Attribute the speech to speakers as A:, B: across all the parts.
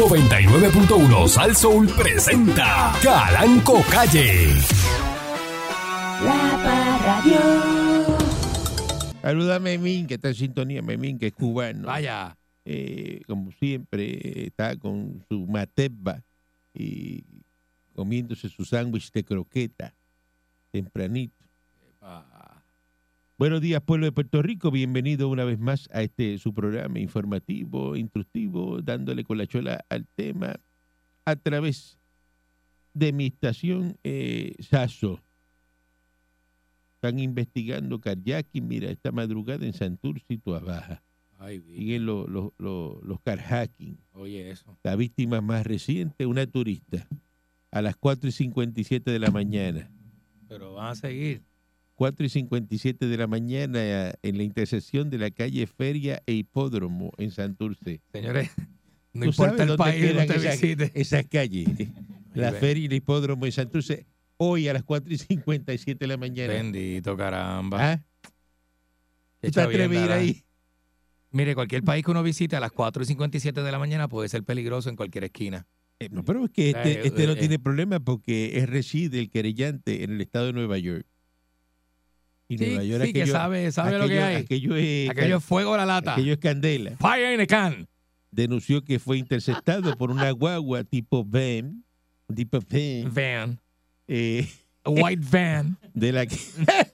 A: 99.1 Sal Soul presenta Calanco Calle.
B: La Parradio.
C: Salúdame, Memín, que está en sintonía, Memín, que es cubano.
D: Vaya.
C: Eh, como siempre, eh, está con su mateba y comiéndose su sándwich de croqueta tempranito.
D: Epa.
C: Buenos días, pueblo de Puerto Rico. Bienvenido una vez más a este su programa informativo, instructivo, dándole con la chola al tema a través de mi estación eh, Saso. Están investigando kayaking, mira, esta madrugada en Santurce y Tuabaja.
D: Ay, vi.
C: siguen los, los, los, los carjacking.
D: Oye, eso.
C: La víctima más reciente, una turista, a las 4 y 57 de la mañana.
D: Pero van a seguir.
C: 4 y 57 de la mañana eh, en la intersección de la calle Feria e Hipódromo en Santurce.
D: Señores, no
C: ¿Tú sabes
D: importa el
C: dónde
D: país
C: quedan
D: donde te
C: esas-
D: visite.
C: Esas calles, la
D: Ay, ve-
C: Feria y el Hipódromo en Santurce, hoy a las 4 y 57 de la mañana.
D: Bendito, caramba.
C: ¿Ah?
D: Qué
C: ¿Tú te
D: chavienda,
C: atreves a ir
D: ¿verdad?
C: ahí?
D: Mire, cualquier país que uno visite a las 4 y 57 de la mañana puede ser peligroso en cualquier esquina.
C: Eh, no, pero es que
D: Eh,
C: este, este no
D: eh,
C: tiene problema porque es reside el querellante en el estado de Nueva York. Y
D: Sí,
C: Nueva York
D: sí, que
C: aquello-
D: sabe, sabe lo que
C: aquello-
D: hay.
C: Aquello es,
D: Aquello es fuego a la lata.
C: aquello es Candela.
D: Fire in a can.
C: Denunció que fue interceptado por una guagua tipo BEM, tipo BEM,
D: Van.
C: eh,
D: A white van.
C: de la que...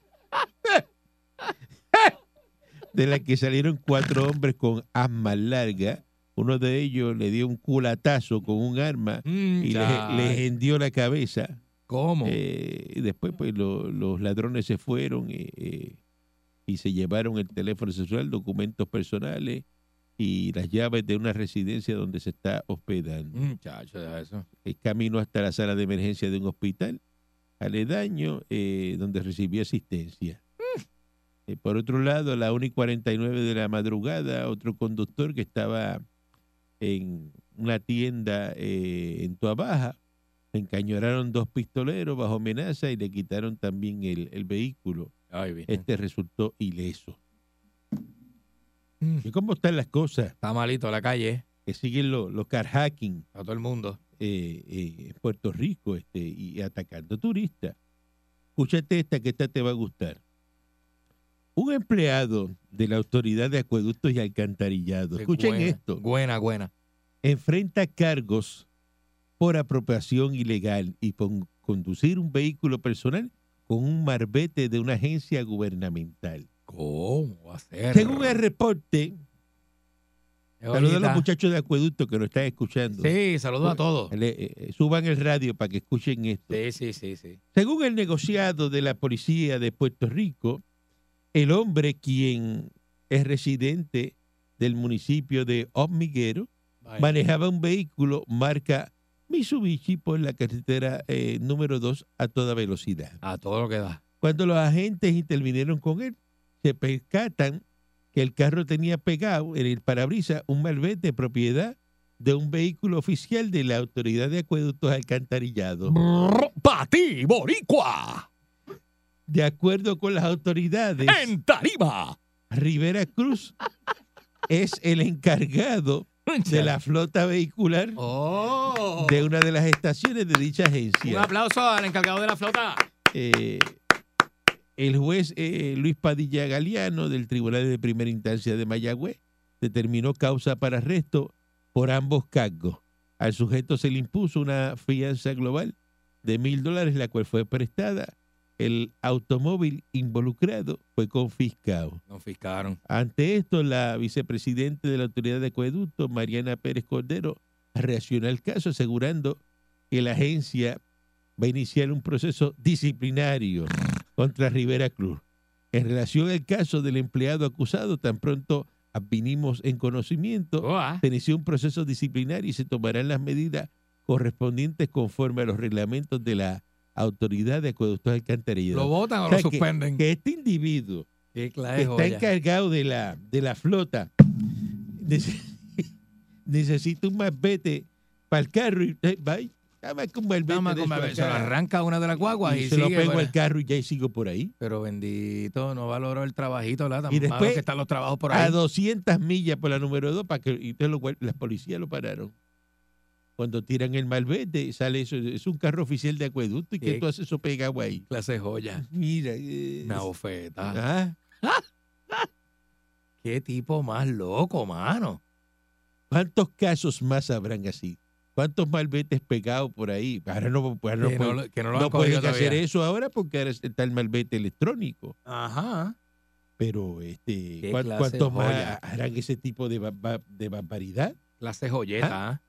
C: de la que salieron cuatro hombres con asma larga. Uno de ellos le dio un culatazo con un arma
D: Mm,
C: y les
D: ya.
C: les hendió la cabeza.
D: ¿Cómo?
C: Eh, y después, pues, lo- los ladrones se fueron eh, eh, y se llevaron el teléfono sexual, documentos personales y las llaves de una residencia donde se está hospedando.
D: Mm, chacho, deja eso.
C: El camino hasta la sala de emergencia de un hospital aledaño, eh, donde recibió asistencia. Eh, por otro lado, a las 1 y 49 de la madrugada, otro conductor que estaba en una tienda eh, en Tuabaja, encañonaron dos pistoleros bajo amenaza y le quitaron también el, el vehículo.
D: Ay, vi.
C: Este resultó ileso.
D: Mm,
C: ¿Y cómo están las cosas?
D: Está malito la calle.
C: Que siguen los, los carjacking
D: A todo el mundo.
C: eh, eh, en Puerto Rico este, y atacando turistas. Escúchate esta que esta te va a gustar. Un empleado de la Autoridad de Acueductos y Alcantarillado,
D: Sí,
C: escuchen
D: buena,
C: esto,
D: Buena, buena.
C: enfrenta cargos por apropiación ilegal y por conducir un vehículo personal con un marbete de una agencia gubernamental.
D: ¿Cómo va a ser?
C: Según el reporte,
D: Qué
C: saludos a los
D: bonita.
C: muchachos de Acueducto que nos están escuchando.
D: Sí, saludos a todos.
C: Le- eh, eh, suban el radio para que escuchen esto.
D: Sí, sí, sí, sí.
C: Según el negociado de la policía de Puerto Rico, el hombre quien es residente del municipio de Hormiguero manejaba un vehículo marca Mitsubishi por la carretera eh, número 2 a toda velocidad.
D: A todo lo que da.
C: Cuando los agentes intervinieron con él, se percatan que el carro tenía pegado en el parabrisas un malvete propiedad de un vehículo oficial de la Autoridad de Acueductos Alcantarillados.
D: Pati Boricua
C: De acuerdo con las autoridades,
D: Tarima.
C: Rivera Cruz es el encargado de la flota vehicular
D: Oh.
C: de una de las estaciones de dicha
D: Un
C: agencia.
D: aplauso al encargado de la flota.
C: Eh, el juez eh, Luis Padilla Galeano del Tribunal de Primera Instancia de Mayagüez determinó causa para arresto por ambos cargos. Al sujeto se le impuso una fianza global de mil dólares, la cual fue prestada. El automóvil involucrado fue confiscado.
D: Confiscaron.
C: Ante esto, la vicepresidenta de la Autoridad de Acueducto, Mariana Pérez Cordero, reaccionó al caso asegurando que la agencia va a iniciar un proceso disciplinario contra Rivera Cruz. En relación al caso del empleado acusado, tan pronto vinimos en conocimiento,
D: Oh, ah.
C: se inició un proceso disciplinario y se tomarán las medidas correspondientes conforme a los reglamentos de la Autoridad de Acueductos Alcantarillados.
D: ¿Lo votan o
C: O
D: lo
C: sea,
D: suspenden?
C: Que este individuo
D: Qué clase
C: que
D: de
C: está
D: joya.
C: encargado de la, de la flota nece- necesita un malvete para el carro y eh, va y dame con malvete
D: Nada más
C: de
D: con
C: eso
D: beber. Se lo
C: acá.
D: arranca una de las guaguas y,
C: y se lo
D: sigue,
C: pego
D: ¿verdad?
C: al carro y ya y sigo por ahí
D: Pero bendito, no valoró el trabajito, ¿verdad? Tan
C: Y
D: malo
C: después-
D: que están los trabajos por
C: a
D: ahí.
C: 200 millas por la número 2 para que y entonces lo guard- las policías lo pararon Cuando tiran el malvete, sale eso. Es un carro oficial de acueducto. ¿Y qué
D: Sí.
C: tú haces eso pegado ahí?
D: Clase de joya.
C: Mira. eh,
D: Una bofeta.
C: ah,
D: Qué tipo más loco, mano.
C: ¿Cuántos casos más habrán así? ¿Cuántos malvetes pegados por ahí? Ahora no, ahora no
D: que,
C: pueden-
D: no, lo- que no lo
C: no
D: han cogido
C: pueden hacer
D: todavía.
C: eso ahora porque ahora está el malvete electrónico.
D: Ajá.
C: Pero este,
D: Qué
C: ¿cuán-
D: clase de
C: ¿cuántos más
D: joya?
C: harán ese tipo de, va- va- de barbaridad?
D: Clase de joyeta. ¿ah?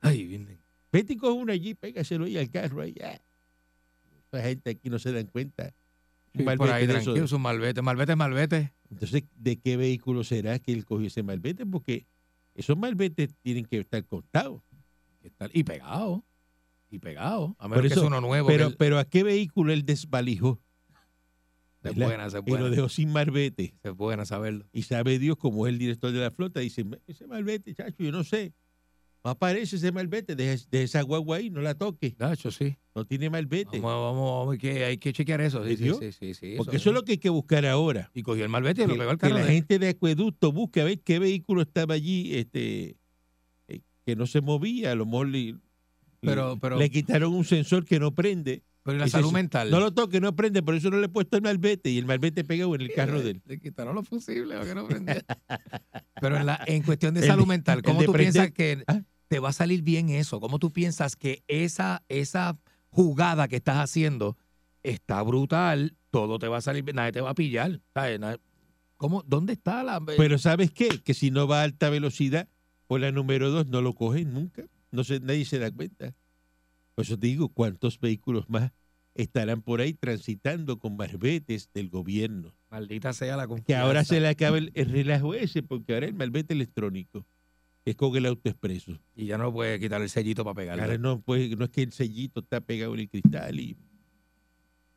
D: Ay, vienen.
C: Vete y coge una allí, pégaselo ahí al carro. Ahí, ah. Esa gente aquí no se dan cuenta. Un
D: Sí, por
C: malvete
D: ahí
C: de esos.
D: tranquilo, un malvete. Malvete, malvete.
C: Entonces, ¿de qué vehículo será que él cogió ese malvete? Porque esos malvetes tienen que estar contados.
D: Y tal- Y pegado. Y pegado. A
C: Por
D: menos que
C: eso,
D: es uno nuevo.
C: Pero,
D: que él-
C: pero ¿a qué vehículo él desvalijó?
D: es
C: ¿verdad?
D: buena, esa es
C: Y lo
D: buena.
C: dejó sin malvete.
D: Esa es buena saberlo.
C: Y sabe Dios, como es el director de la flota, dice, "Me- ese malvete, chacho, yo no sé. No aparece ese malvete, deja, deja esa guagua ahí, no la toque.
D: Nacho, sí.
C: No tiene malvete.
D: Vamos, vamos, vamos, hay que, hay que chequear eso. Sí,
C: ¿Te
D: sí,
C: dio?
D: sí, sí, sí,
C: Porque eso es lo que hay que buscar ahora.
D: Y cogió el malvete y
C: Que,
D: lo pegó al
C: que
D: carro.
C: la
D: de-
C: gente de acueducto busque a ver qué vehículo estaba allí, este, eh, que no se movía, a lo mejor le, le-
D: Pero- pero-
C: le quitaron un sensor que no prende.
D: Pero ¿y la
C: Ese
D: salud
C: sí.
D: mental.
C: No lo toque, no prende, por eso no le he puesto el malvete y el malvete pegado en el carro de él.
D: Le quitaron los fusibles para que no prendiera. Pero en, la, en cuestión de salud mental,
C: el
D: ¿cómo
C: de
D: tú piensas
C: prender-
D: que
C: Ah.
D: te va a salir bien eso? ¿Cómo tú piensas que esa, esa jugada que estás haciendo está brutal? Todo te va a salir bien, nadie te va a pillar. ¿sabes? Nadie- ¿Cómo, ¿Dónde está la.?
C: Pero ¿sabes qué? Que si no va a alta velocidad, por la número dos no lo cogen nunca. No se, nadie se da cuenta. Por eso te digo, ¿cuántos vehículos más estarán por ahí transitando con malvetes del gobierno?
D: maldita sea la confianza.
C: que ahora se le acaba el, el relajo ese, porque ahora el malvete electrónico es con el autoexpreso.
D: Y ya no puede quitar el sellito para
C: Ahora
D: pegarle.
C: no, pues, no es que el sellito está pegado en el cristal y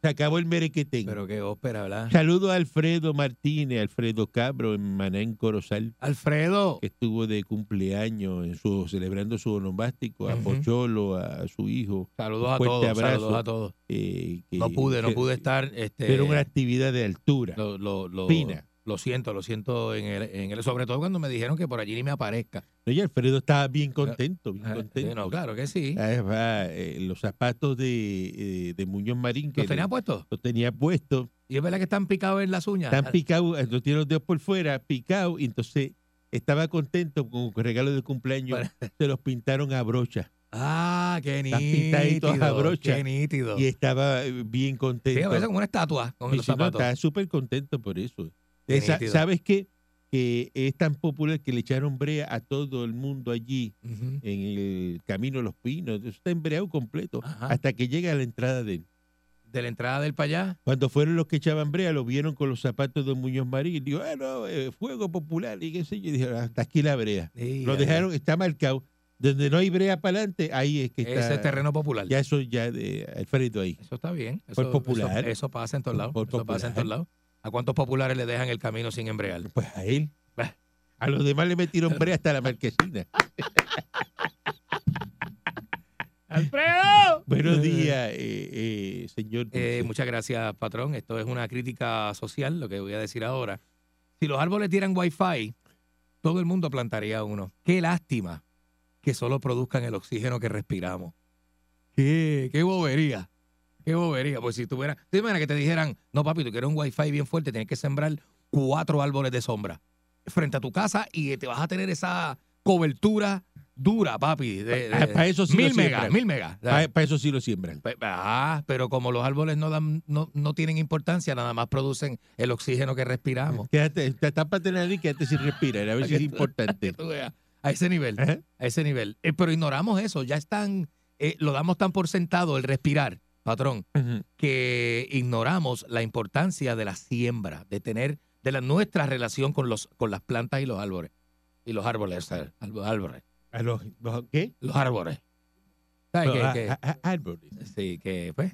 C: se acabó el merequetén.
D: Pero qué ópera, ¿verdad?
C: Saludo a Alfredo Martínez, Alfredo Cabro en Maná, en Corozal,
D: Alfredo.
C: que estuvo de cumpleaños en su, celebrando su onomástico, a
D: Ujú.
C: Pocholo, a, su hijo.
D: Saludos a
C: Fuerte
D: todos,
C: abrazo.
D: saludos a todos.
C: eh, que-
D: No pude, no
C: que-
D: pude estar. Este,
C: Pero una actividad de altura.
D: lo, lo, lo,
C: fina.
D: lo siento, lo siento en el, en el, sobre todo cuando me dijeron que por allí ni me aparezca.
C: No, y Alfredo estaba bien contento, bien
D: Ah,
C: contento.
D: sí, no, claro que sí.
C: Ah, es verdad, eh, los zapatos de, eh, de Muñoz Marín que
D: Los tenía
C: le-
D: puestos.
C: los tenía puestos,
D: Y es verdad que están picados en las uñas.
C: están picados, eh, los tiene los dedos por fuera, picados, y entonces estaba contento con el regalo de cumpleaños, se los pintaron a brocha
D: Ah, qué
C: Están pintaditos
D: nítido.
C: a brocha.
D: Qué nítido.
C: y estaba eh, bien
D: Sí, a
C: contento.
D: veces como una estatua con
C: Y
D: los
C: si no,
D: zapatos.
C: estaba súper contento por eso.
D: Qué
C: Esa-
D: nítido.
C: ¿Sabes qué? Que es tan popular que le echaron brea a todo el mundo allí
D: Ujú.
C: en el Camino de los Pinos. Eso está embreado completo
D: Ajá.
C: hasta que llega a la entrada de él.
D: De la entrada del para allá.
C: Cuando fueron los que echaban brea, lo vieron con los zapatos de Muñoz Marín. Y dijo, ah, no, eh, fuego popular. Y qué sé yo. Y dijeron, hasta aquí la brea.
D: Sí,
C: Lo
D: ya,
C: dejaron, está marcado. Donde no hay brea para adelante, ahí es que
D: ya.
C: está.
D: Ese es terreno popular.
C: Ya eso, ya de Alfredo ahí.
D: Eso está bien. Eso,
C: Por popular.
D: Eso, eso pasa en todos lados.
C: Por
D: Eso pasa
C: popular.
D: en todos lados. ¿A cuántos populares le dejan el camino sin embrear?
C: Pues a él.
D: Bah.
C: A los demás le metieron brea hasta la marquesina.
D: ¡Alfredo!
C: Buenos días, eh, eh, señor.
D: Eh,
C: Dulce.
D: muchas gracias, patrón. Esto es una crítica social, lo que voy a decir ahora. Si los árboles dieran wifi, todo el mundo plantaría uno. Qué lástima que solo produzcan el oxígeno que respiramos. Qué, qué bobería. Qué bobería. Pues si tuvieran, te imaginas que te dijeran, no, papi, tú quieres un wifi bien fuerte, tienes que sembrar cuatro árboles de sombra frente a tu casa y te vas a tener esa cobertura dura, papi. de- de-
C: Ah, pa' eso sí lo
D: eh, mil megas,
C: siembran.
D: mil megas.
C: Para eso sí lo siembran.
D: Pe- Ah, pero como los árboles no dan, no, no tienen importancia, nada más producen el oxígeno que respiramos.
C: Quédate, te- tápate la nariz, quédate sin respirar. A ver si es importante.
D: Que tú veas, A ese nivel,
C: Ajá.
D: a ese nivel. Eh, pero ignoramos eso, ya están, eh, lo damos tan por sentado el respirar, patrón,
C: Ujú.
D: que ignoramos la importancia de la siembra, de tener, de la nuestra relación con los, con las plantas y los árboles. Y los árboles, o sea, los árboles,
C: A los, los- ¿Qué?
D: los árboles. ¿Sabes
C: No,
D: qué-
C: a-
D: qué?
C: a- a- árboles.
D: Sí, que pues.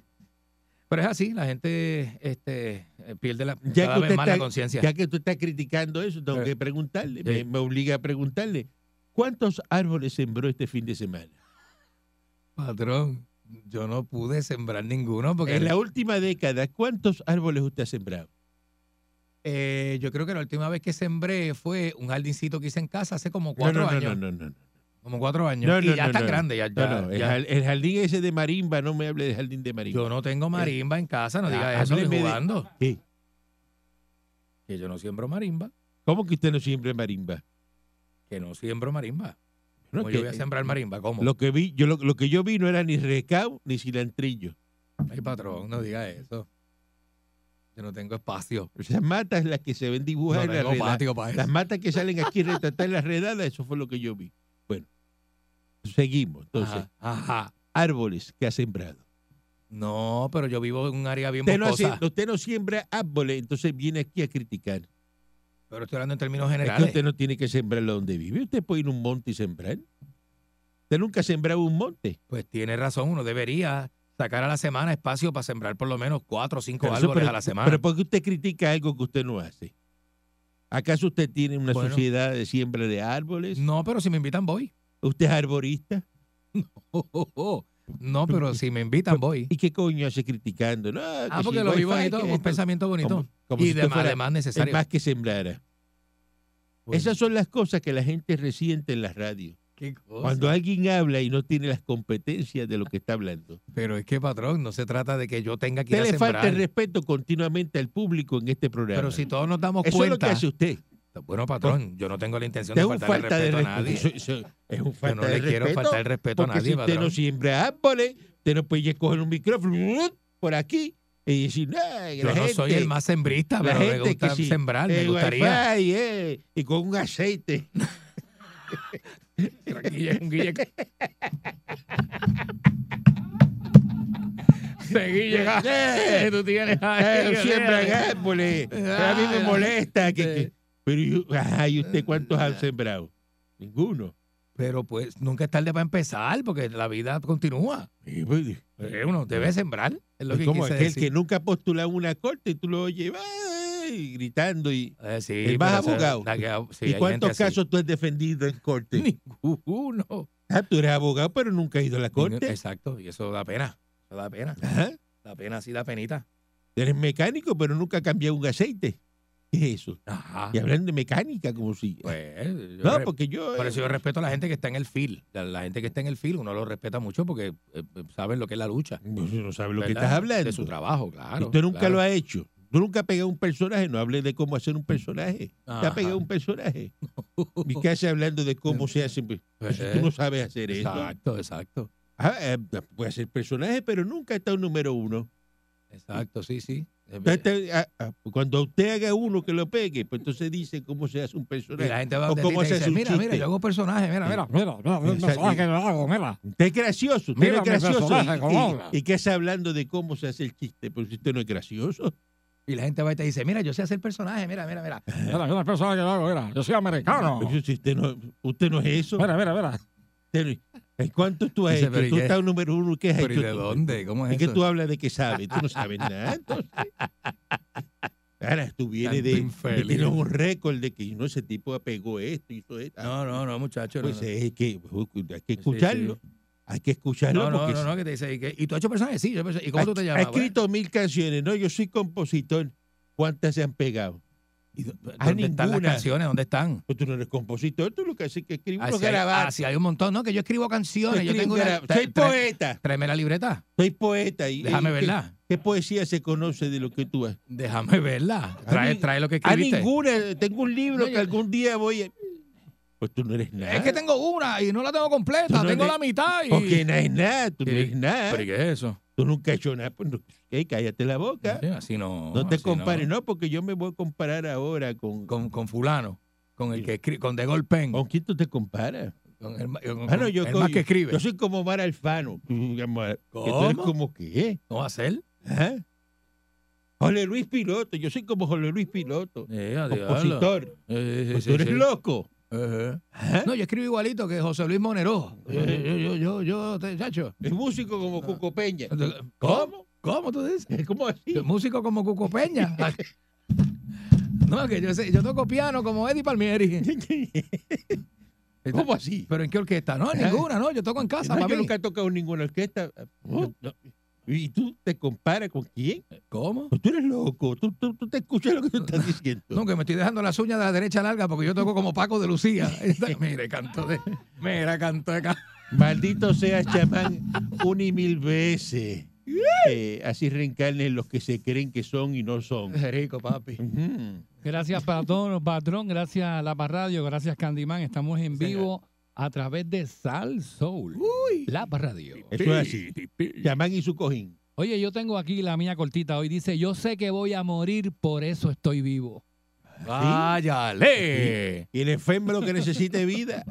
D: Pero es así, la gente este, eh, pierde la,
C: Ya
D: cada
C: que
D: vez
C: usted
D: más
C: está-
D: la conciencia.
C: Ya que tú estás criticando eso, tengo
D: Eh,
C: que preguntarle. Me,
D: sí.
C: me obliga a preguntarle. ¿Cuántos árboles sembró este fin de semana?
D: Patrón, yo no pude sembrar ninguno porque
C: En la última década, ¿cuántos árboles usted ha sembrado?
D: eh, yo creo que la última vez que sembré fue un jardincito que hice en casa hace como
C: No,
D: cuatro
C: no, no,
D: años.
C: no, no, no, no.
D: Como cuatro años.
C: No, no,
D: y ya
C: no,
D: está
C: no.
D: grande. Ya, ya-
C: No, no, el,
D: ya-
C: jal- el jardín ese de marimba, no me hable de jardín de marimba.
D: Yo no tengo marimba en casa, no
C: Ya,
D: digas eso, estoy
C: hábleme de-
D: jugando.
C: ¿Qué?
D: Que yo no siembro marimba,
C: ¿Cómo que usted no siembra marimba?
D: que no siembro marimba.
C: No,
D: ¿Cómo
C: que-
D: yo voy a sembrar marimba? ¿Cómo?
C: Lo que vi, yo lo, lo que yo vi no era ni recao ni cilantrillo.
D: Ay, patrón, no digas eso. Yo no tengo espacio.
C: Esas matas las que se ven
D: No
C: dibujadas en la
D: tengo
C: redada.
D: patio para
C: Las
D: eso.
C: matas que salen aquí retratadas en las redadas, eso fue lo que yo vi. Bueno, seguimos. Entonces,
D: Ajá, ajá.
C: árboles que ha sembrado.
D: No, pero yo vivo en un área bien
C: Usted no, hace-
D: boscosa.
C: usted no siembra árboles, entonces viene aquí a criticar.
D: Pero estoy hablando en términos
C: Es que
D: generales.
C: usted no tiene que sembrarlo donde vive. Usted puede ir a un monte y sembrar. Usted nunca ha sembrado un monte.
D: Pues tiene razón, uno debería sacar a la semana espacio para sembrar por lo menos cuatro o cinco
C: Pero eso-
D: árboles
C: pero-
D: a la semana.
C: Pero ¿por qué usted critica algo que usted no hace? ¿Acaso usted tiene una
D: Bueno.
C: sociedad de siembra de árboles?
D: no, pero si me invitan voy.
C: ¿Usted es arborista?
D: Oh, oh, oh. No, pero si me invitan voy.
C: ¿Y qué coño hace criticando? No,
D: Ah,
C: que
D: porque
C: si
D: lo vi
C: wifi,
D: bonito,
C: que
D: un
C: esto-
D: pensamiento bonito.
C: Como, como
D: Y
C: si usted
D: demás,
C: fuera
D: además
C: el
D: necesario.
C: más que sembrara.
D: Bueno,
C: Esas son las cosas que la gente resiente en la radio.
D: qué cosa.
C: Cuando alguien habla y no tiene las competencias de lo que está hablando.
D: Pero es que, patrón, no se trata de que yo tenga que
C: Usted
D: ir a
C: le
D: sembrar.
C: falta el respeto continuamente al público en este programa.
D: Pero si todos nos damos
C: Eso es lo que
D: cuenta.
C: hace usted.
D: Bueno, patrón, yo no tengo la intención
C: Usted
D: de
C: es un
D: faltar el
C: falta de
D: respeto a
C: respeto.
D: nadie.
C: Eso- eso Es un
D: Yo
C: falta
D: no
C: de
D: le quiero
C: respeto.
D: faltar el respeto a
C: Porque si
D: nadie,
C: usted no
D: patrón.
C: siembra árboles, usted no puede coger un micrófono ¡uh! por aquí y decir, "Ay,
D: Yo
C: la
D: no
C: gente,
D: soy el más sembrista,
C: la
D: pero me
C: gente
D: gusta
C: que sí,
D: sembrar, me
C: el
D: gustaría.
C: wifi, eh, y con un aceite.
D: Pero aquí es un guille- Ese guille que tú tienes ahí,
C: Eh,
D: que
C: siembran
D: tienes.
C: árboles. A mí me
D: Ah,
C: molesta. Que,
D: sí.
C: que- pero, yo- ajá, ¿y usted cuántos han sembrado? Ninguno.
D: Pero pues nunca es tarde para empezar, porque la vida continúa.
C: Y, pues,
D: Eh, Uno debe sembrar, es lo
C: Es
D: que
C: como
D: quise
C: aquel
D: decir.
C: que nunca postula a una corte y tú lo oyes "Ay", gritando. y
D: Eh, sí,
C: el más
D: pero eso-
C: abogado.
D: la que- sí,
C: ¿Y
D: hay gente
C: cuántos
D: así. Uh,
C: casos tú has defendido en corte?
D: Ninguno.
C: Ah, tú eres abogado, pero nunca has ido a la corte.
D: Exacto, y eso da pena. Eso da pena.
C: Ajá.
D: Da pena, sí, da penita.
C: Eres mecánico, pero nunca has cambiado un aceite. ¿Qué es eso?
D: Ajá.
C: Y hablando de mecánica, como si.
D: Pues, Ah. yo
C: no,
D: re-
C: porque yo.
D: por eso
C: eh,
D: yo respeto a la gente que está en el fil. La, la gente que está en el fil, uno lo respeta mucho porque eh, eh, saben lo que es la lucha.
C: pues, no sabes lo que
D: ¿verdad?
C: estás hablando.
D: De su trabajo, claro.
C: Usted nunca
D: claro.
C: lo ha hecho. Tú nunca has pegado un personaje. No hables de cómo hacer un personaje. Te has
D: Ajá.
C: pegado un personaje. ¿Y qué hace hablando de cómo se hace? Pues,
D: Pues,
C: tú no sabes hacer eso.
D: Exacto, exacto.
C: Ah, eh, puede ser personaje, pero nunca está un número uno.
D: Exacto, sí, sí. Eh,
C: Usted te- ah, ah, cuando usted haga uno que lo pegue, pues entonces dice cómo se hace un
D: Y la
C: personaje.
D: gente va
C: o
D: donde ti
C: cómo
D: te
C: se hace
D: dice,
C: un
D: mira, mira,
C: chiste".
D: yo hago personaje, mira, mira, mira, mira,
C: mira, personaje
D: lo hago, mira.
C: Usted es gracioso, usted
D: Mira
C: no es
D: mi
C: gracioso.
D: personaje,
C: ¿Y,
D: cómo habla.
C: y, y qué hace hablando de cómo se hace el chiste? Porque usted no es gracioso.
D: Y la gente va y te dice, mira, yo sé hacer personaje, mira, mira, mira.
E: Mira, mira, persona que lo hago, mira. Yo soy americano.
C: Pero si usted, no, usted no es eso.
E: Mira, mira, mira.
C: Usted no- Ay, ¿Cuántos tú has
D: Dice,
C: hecho?
D: pero ¿y
C: Tú
D: qué?
C: estás número uno. ¿Qué has
D: Pero ¿y
C: hecho
D: de
C: tú?
D: dónde? ¿Cómo
C: Es
D: es
C: que
D: eso?
C: tú hablas de que sabes. Tú no sabes nada. entonces. Ahora, tú vienes
D: Tanto
C: de, de
D: infeliz.
C: tienes un récord de que no, ese tipo apegó esto, hizo esto. Ah,
D: No, no, no, muchacho. no,
C: Pues
D: no.
C: es que pues, hay que escucharlo. Hay que escucharlo
D: No, no,
C: porque
D: no, no, que te dice, ¿y, qué? ¿Y tú has hecho personaje? Sí, yo he hecho- ¿Y cómo
C: ha,
D: tú te
C: ha
D: llamas?
C: escrito mil canciones. No, yo soy compositor. ¿Cuántas se han pegado?
D: ¿Y dó- ¿Dónde
C: Ah,
D: están las
C: ninguna.
D: canciones? ¿Dónde están?
C: Pues tú no eres compositor, tú lo que haces es que escribes
D: Ah,
C: unos
D: sí, hay, ah,
C: grabados.
D: sí, hay un montón. No, que yo escribo canciones. Yo
C: Escribes
D: tengo una,
C: grabados. Soy
D: tra- tra-
C: poeta,
D: Tráeme la libreta.
C: soy poeta. Y,
D: Déjame
C: y-
D: verla.
C: ¿Qué poesía se conoce de lo que tú haces?
D: Déjame verla. Trae,
C: ni-
D: trae lo que
C: A
D: escribiste.
C: ninguna. Tengo un libro
D: No,
C: que
D: yo-
C: algún día voy a... Pues tú no eres nada.
D: Es que tengo una y ¿Eh? no la tengo completa.
C: Tú no
D: tengo
C: le-
D: la mitad y... ¿Eh?
C: Porque no es nada, tú no
D: Sí.
C: eres nada.
D: ¿Pero y qué es eso?
C: Tú nunca has hecho nada. Pues, no, ey, cállate la boca.
D: Sí, así no.
C: No te
D: así
C: compares, no. porque yo me voy a comparar ahora con... ¿Con,
D: Con, con fulano. Con el
C: Sí.
D: que escribe. Con De Golpen.
C: quién tú te comparas?
D: Con el, ma- con-
C: Ah, no,
D: con
C: yo
D: el
C: co-
D: más que escribe.
C: Yo soy como Mar Alfano. Tú, digamos, que tú eres
D: ¿Cómo?
C: como qué?
D: ¿No va a ser?
C: ¿Ah? Jorge Luis Piloto. Yo soy como Jorge Luis Piloto.
D: Sí, a Ah, diablo.
C: Compositor.
D: Sí, Eh, sí,
C: Pues
D: sí,
C: tú eres
D: sí.
C: loco.
D: Ajá.
C: ¿Ah?
D: No, yo escribo igualito que José Luis Monero. Yo, yo, yo, yo, yo, te- chacho.
C: Es músico como Cuco Peña.
D: Ah,
C: ¿Eh,
D: ¿Cómo? ¿Cómo tú dices?
C: ¿Cómo así?
D: Yo músico como Cuco Peña. No, que yo, sé- yo toco piano como Eddie Palmieri.
C: ¿Cómo así?
D: ¿Pero en qué orquesta? No, en
C: Ajá.
D: ninguna, no. Yo toco en casa,
C: No,
D: papi.
C: yo nunca he tocado en ninguna orquesta.
D: Yo- yo-
C: ¿Y tú te comparas con quién?
D: ¿Cómo?
C: Pues tú eres loco. Tú, tú, tú te escuchas lo que tú estás diciendo.
D: No, que me estoy dejando las uñas de la derecha larga porque yo toco como Paco de Lucía. Mire, canto de. Mira, canto de. ca-
C: Maldito sea chamán un y mil veces. Eh, así reencarnen los que se creen que son y no son.
D: Es rico, papi.
C: Ujú.
F: Gracias, patrón, patrón. Gracias, La Parradio, Radio. Gracias, Candyman. Estamos en
D: Señor.
F: vivo a través de Sal Soul. La Parradio. Radio.
C: Eso es así. Chamán y su cojín.
F: Oye, yo tengo aquí la mía cortita hoy. Dice, yo sé que voy a morir, por eso estoy vivo.
D: ¡Váyale!
C: Y el enfermo que necesite vida.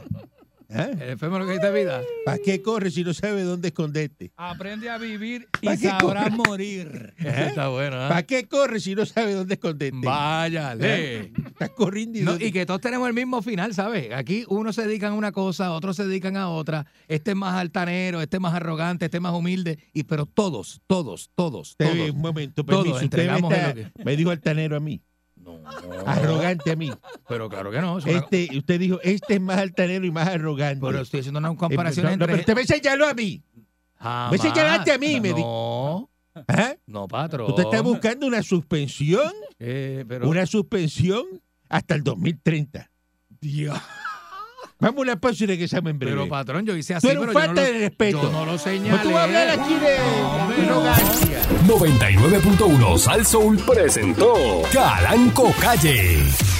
C: ¿Ah?
D: El enfermo lo que esta vida.
C: ¿Para qué corre si no sabe dónde esconderte?
F: Aprende a vivir
C: ¿Pa'
F: y
C: qué
F: sabrás morir.
D: Ese Está bueno, ¿ah?
C: ¿Para qué corre si no sabe dónde esconderte? ¿Ah?
D: ¡Váyale!
C: Estás corriendo y,
D: No,
C: dónde-
D: y que todos tenemos el mismo final, ¿sabes? Aquí unos se dedican a una cosa, otros se dedican a otra. Este es más altanero, este es más arrogante, este es más humilde. Y, pero todos, todos, todos,
C: Usted ve,
D: todos.
C: un momento,
D: todos
C: permiso, usted
D: entregamos
C: está-
D: el-
C: me dijo altanero a mí,
D: No,
C: arrogante a mí.
D: pero claro que no. es una-
C: Este, usted dijo, este es más altanero y más arrogante.
D: pero estoy haciendo una
C: Eh,
D: comparación
C: no, no,
D: entre...
C: pero usted me señaló a mí.
D: Jamás.
C: Me señalaste a mí, me di-
D: No,
C: ¿Ah?
D: no, patrón.
C: Usted está buscando una suspensión,
D: Eh, pero...
C: una suspensión hasta el 2030.
D: Dios.
C: Vamos a una pausa y regresamos en breve.
D: Pero, patrón, yo hice así,
C: Tú eres
D: pero
C: un
D: yo no,
C: falta
D: lo,
C: de respeto.
D: yo no lo
C: No
D: señalé.
C: tú vas a hablar aquí de
D: hombre, no.
C: arrogancia.
A: 99.1 Sal Soul presentó Calanco Calle.